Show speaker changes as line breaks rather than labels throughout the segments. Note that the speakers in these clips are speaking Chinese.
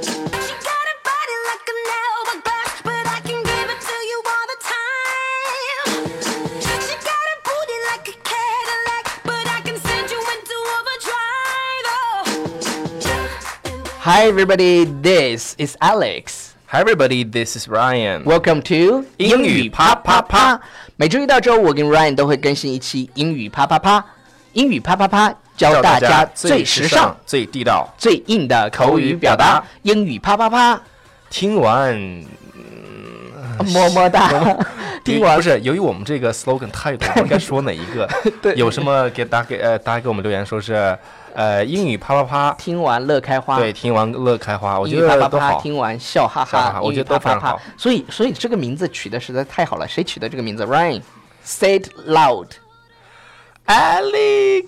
She got a body like an Elba bus, but I can give it to you all the time. She got a booty like a Cadillac, but I can send you into overdrive. Oh.
Hi, everybody. This is Alex.
Hi everybody, this is Ryan.
Welcome to
英语啪啪啪。
每周一到周五，我跟 Ryan 都会更新一期英语啪啪啪。英语啪啪啪，教大家最时尚、、
最地道。
最硬的口语表达
口语表达。
英语啪啪啪，
听完，
么么 哒。听完？
不是由于我们这个 slogan 太多，我该说哪一个
对
有什么给大家给呃大家给我们留言说是呃英语啪啪
听完乐开花。
啪，对，听完乐开花，我
啊英
觉
语啪
得
啪
都
啪，
好。
听完笑哈
笑哈
哈
哈，
英
我
语
觉得都
啪啪
非常
啪
好。
所以，所以这个名字取得实在太好了。谁取的这个名字？Ryan，say it loud。
Alex，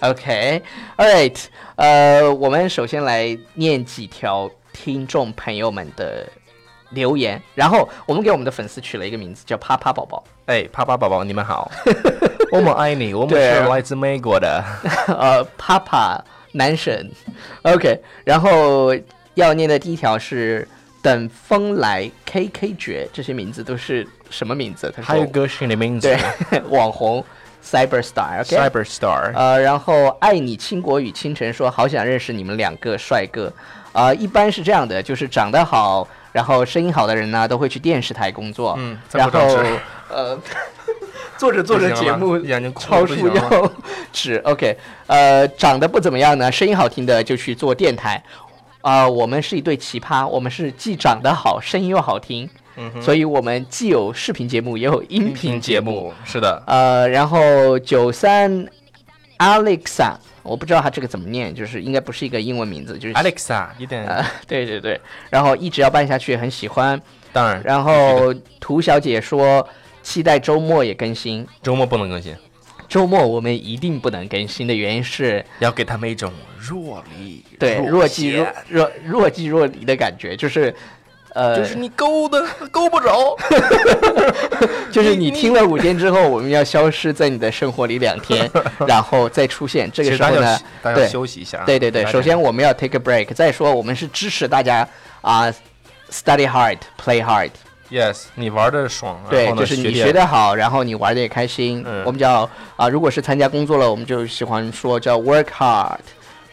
OK，All、right，呃，我们首先来念几条听众朋友们的留言，然后我们给我们的粉丝取了一个名字叫“啪啪宝 宝
哎，啪啪宝宝，你们好， 我们爱你，我们
对
是来自美国的。”，
呃，啪啪男神，OK，然后要念的第一条是“等风来 KK 绝”，这些名字都是什么名字？他
还有
说
歌是你的名 字
对 网红 Cyber Star，OK，、
，Cyber Star。
呃，然后爱你倾国与倾城说好想认识你们两个帅哥，啊、一般是这样的，就是长得好，然后声音好的人呢，都会去电视台工作，
嗯再
然
不长
后
痣
呃，做着做着
不行
节
了吧
目
眼睛哭
超
了不
出
行了
要纸，OK，呃，长得不怎么样呢，声音好听的就去做电台，啊、我们是一对奇葩，我们是既长得好，声音又好听，
嗯
所以我们既有视频节目，也有音频节目。
是 的，
呃，然后九三 Alexa，我不知道它这个怎么念，就是应该不是一个英文名字，就是
Alexa，有点、
呃，对对对，然后一直要办下去，很喜欢。
当然，
然后涂小姐说，期待周末也更新，
周末不能更新，
周末我们一定不能更新的原因是，
要给他们一种弱力，
对若
弱
即
解
若若若即若离的感觉，就是。呃，
就是你勾的勾不着，
就是
你
你
你
听了五天之后，我们要消失在你的生活里两 天，然后再出现。这
其
个
实
时
大
候
家
呢
要，大家
对
要休息一下啊，
对对对，
大家
首先我们要 take a break。再说，我们是支持大家啊、s t u d y hard, play hard。
yes，你玩的爽，啊然
对，
后呢
就是你
学
学得好，然后你玩的也开心。
嗯
我们叫啊、如果是参加工作了，我们就喜欢说叫 work hard,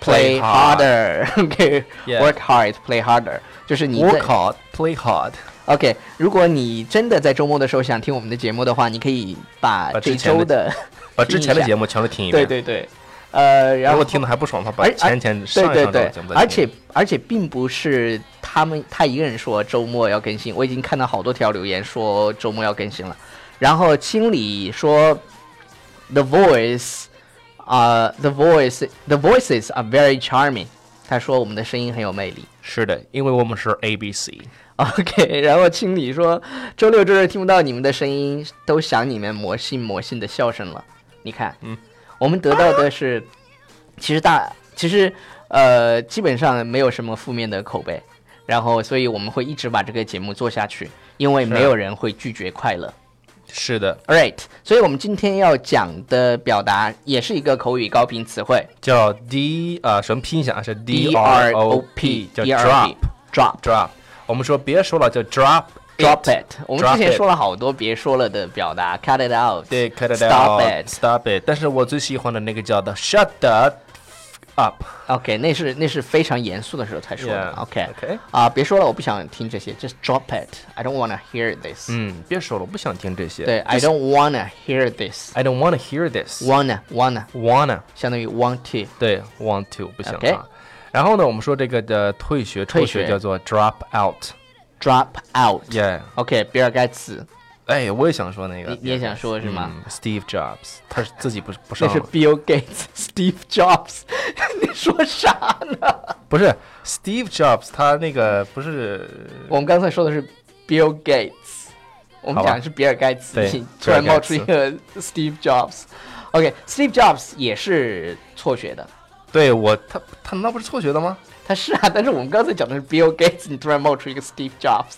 play
Play hard
harder。OK,
Yeah
work hard, play harder。就是你在
work hard play hard，
OK，如果你真的在周末的时候想听我们的节目的话，你可以把这
把之前
周
的
的
把
听
之
一
前的
下
节目全都 听一
对
遍，
对对，呃，然
如
后
果听的还不爽的话，把
而而
前前上一
对
上周
对
的节
对
目，再
而
听一
且
遍
而且并不是他们他一个人说周末要更新，我已经看到好多条留言说周末要更新了。然后经理说，The Voice，啊、t h e Voice，The Voices are very charming。他说我们的声音很有魅力。
是的，因为我们是 A B C，
OK，然后经理说，周六周日听不到你们的声音，都想你们魔性魔性的笑声了。你看，
嗯，
我们得到的是，其实大，其实呃，基本上没有什么负面的口碑，然后所以我们会一直把这个节目做下去，因为
是
没有人会拒绝快乐。
是的，
All right，所以我们今天要讲的表达也是一个口语高频词汇
叫 D 啊、什么拼一下啊是
，D
D
R O
O
P，
叫
D R O
drop
P drop。
drop，我们说别说了，叫 drop
Drop it！我们
Drop
之前
it
说了好多别说了的表达，cut it out，
对，cut it
Stop
out,
it
stop it。但是我最喜欢的那个叫的 shut the f- up。
OK，那是那是非常严肃的时候才说的。
Yeah,
OK
OK
啊、别说了，我不想听这些，just drop it。I don't wanna hear this、
嗯，别说了，我不想听这些。
对，I
Just-
don't wanna hear this。
I don't want to hear this.
Wanna wanna
Wanna
相当于 want to。
对 want to 不想
OK
啊。然后呢，我们说这个的退学、
退
辍
学
学叫做 drop out。
Drop out。
Yeah，
OK，比尔盖茨，
哎，我也想说那个。
你你也想说是吗
嗯？Steve 嗯 Jobs，他是自己不是不
那
上
是
了，
Bill Gates、Steve Jobs。你 说啥呢？
不是 Steve Jobs，他那个不是
我们刚才说的是 Bill Gates，我们
好吧
讲的是比尔盖茨，
对
你突然
比
冒
尔盖
出
茨
一个 Steve Jobs。OK，Steve、Jobs 也是辍学的。
对我他他难道不是辍学的吗？
他是啊， 但是我们刚才讲的是 Bill Gates，你突然冒出一个 Steve Jobs。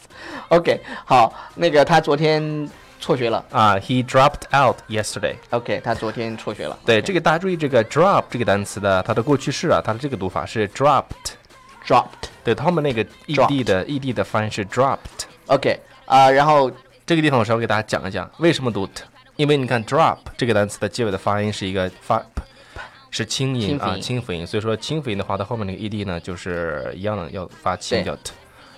OK，好，那个他昨天辍学了。
啊，He dropped out yesterday。
OK，他昨天辍学了。
对，这个大家注意这个 drop 这个单词的它的过去式啊，它的这个读法是 dropped
dropped。
对他们那个异
Dropped
地的异地的发音是 dropped。
OK 啊、然后
这个地方我稍微给大家讲一讲为什么读 t，因为你看 drop 这个单词的结尾的发音是一个发是清音
清辅
啊
音
清辅音，所以说清辅音的话，它后面那个 ed 呢就是一样的要发
对
清叫 t。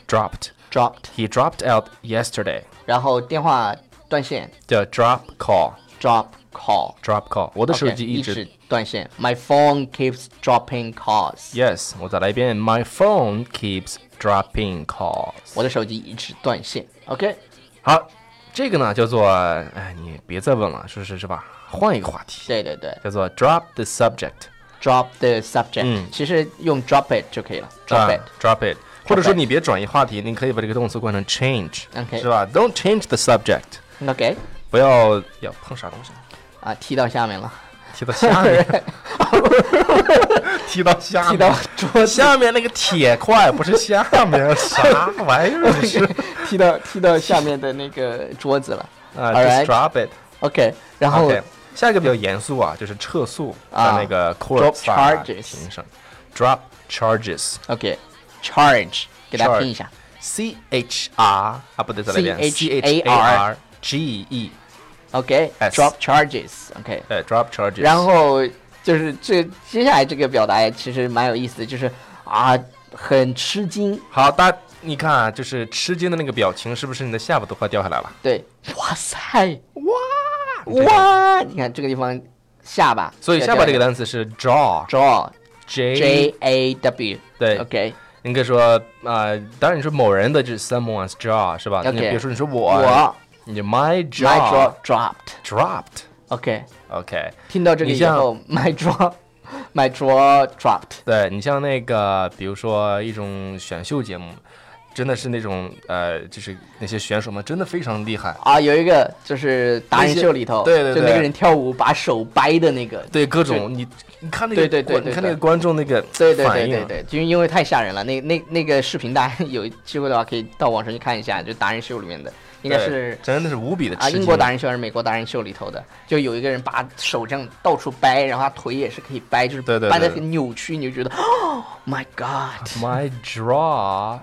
dropped
dropped，
he dropped out yesterday
然后电话断线
叫 drop call
drop call。
drop call 我的手
OK，
机
一
直
断线，My phone keeps dropping calls。
yes 我再来一遍 my phone keeps dropping calls
我的手机一直断线。OK，
好这个呢叫做哎你别再问了是是是吧换一个话题
对对对
叫做 drop the subject
，drop the subject，、
嗯
其实用 drop it 就可以了
啊
，drop it。
drop it，或者说
it
你别转移话题，你可以把这个动词换成 change，
OK
是吧？Don't change the subject，
OK，
不要要碰啥东西，
啊，踢到下面了，
踢到下 面，踢到下面，
踢到桌子，
下面那个铁块，不是下面啥玩意儿？你是
踢到踢到下面的那个桌子了。
啊
Alright
，just drop it。
OK，然后
OK，下一个比较严肃啊，就是撤诉
哦啊
在那个
drop
court 法
charges
庭上，drop charges，C
OK，charge 给大家
Charge
拼一下
H R 啊，不对，再来一遍
C H A
A
R
R G E，S
，OK，drop charges，OK、
对，drop charges。
然后就是这接下来这个表达也其实蛮有意思的，就是啊，很吃惊，
好，大家你看啊，就是吃惊的那个表情，是不是你的下巴都快掉下来了？
对，哇塞，
这
哇
个
哇，你看这个地方下巴，
所以下巴这个单词是 jaw
jaw
j，
J A W，
对
，OK，
你可以说啊、呃当然你说某人的就是 someone's jaw 是吧？
OK
你比如说你说我，
我
你就 my
my
jaw
jaw dropped，OK，、
dropped。OK，
听到这里
你
以
像
后，my jaw my jaw dropped，
对你像那个，比如说一种选秀节目，真的是那种呃，就是那些选手们真的非常厉害，
啊，有一个就是达人
那些
秀里头，
对对
就
对
那个人跳舞把手掰的那个，
对各种你你看那个
对对对
观
对
你看
对
那个观众那个
对对
反
对
应啊
对对，就因为太吓人了。那那那个视频，大家有机会的话可以到网上去看一下，就达人秀里面的，应该
对
是
真的是无比的
啊
吃
英国
惊
达人秀还是美国达人秀里头的，就有一个人把手这样到处掰，然后他腿也是可以掰，就是
对对对
掰的
对
很扭曲，你就觉得，Oh my God。
My jaw,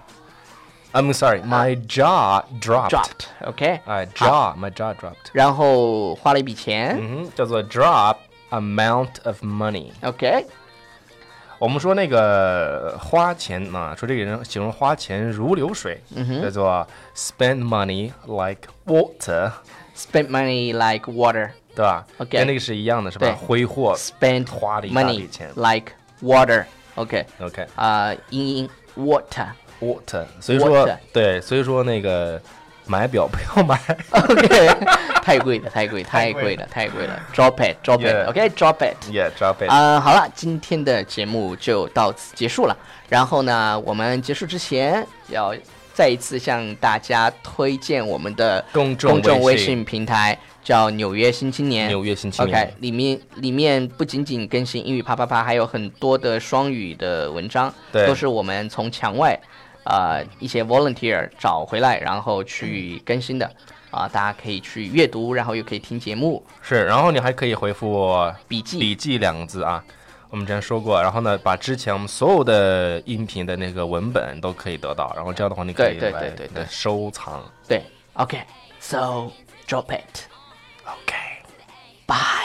I'm sorry, my jaw dropped.
啊 Dropped, OK，
哎，jaw, my jaw dropped.
然后花了一笔钱
嗯哼，叫做 drop amount of money。
，OK，
我们说那个花钱啊，说这个人形容花钱如流水，
嗯
叫做 spend money like water，
spend money like water，
对吧
OK
跟那个是一样的，是吧
对？
挥霍
spend
Uh. 花了一大笔
money
钱。Uh.
like water，OK，
OK，
啊，英音 water，
water，所以说
Water
对，所以说那个买表不要 买。
OK，太贵了，太贵，太贵了，太贵了。Drop it，drop
Yeah
it，OK，drop it。
Yeah, drop it.
啊、好了，今天的节目就到此结束了。然后呢，我们结束之前要再一次向大家推荐我们的
公众
公众微
微
信
信
平台，叫《纽约新青年》。
纽约新青年
OK，里面里面不仅仅更新英语啪啪啪，还有很多的双语的文章，
对
都是我们从墙外，呃，一些 volunteer 找回来，然后去更新的，啊、大家可以去阅读，然后又可以听节目，
是，然后你还可以回复
笔记
笔记两个字啊。我们之前说过，然后呢，把之前我们所有的音频的那个文本都可以得到，然后这样的话你可以
对对
来
对对对
来收藏。
对，OK，so、drop it，OK，bye、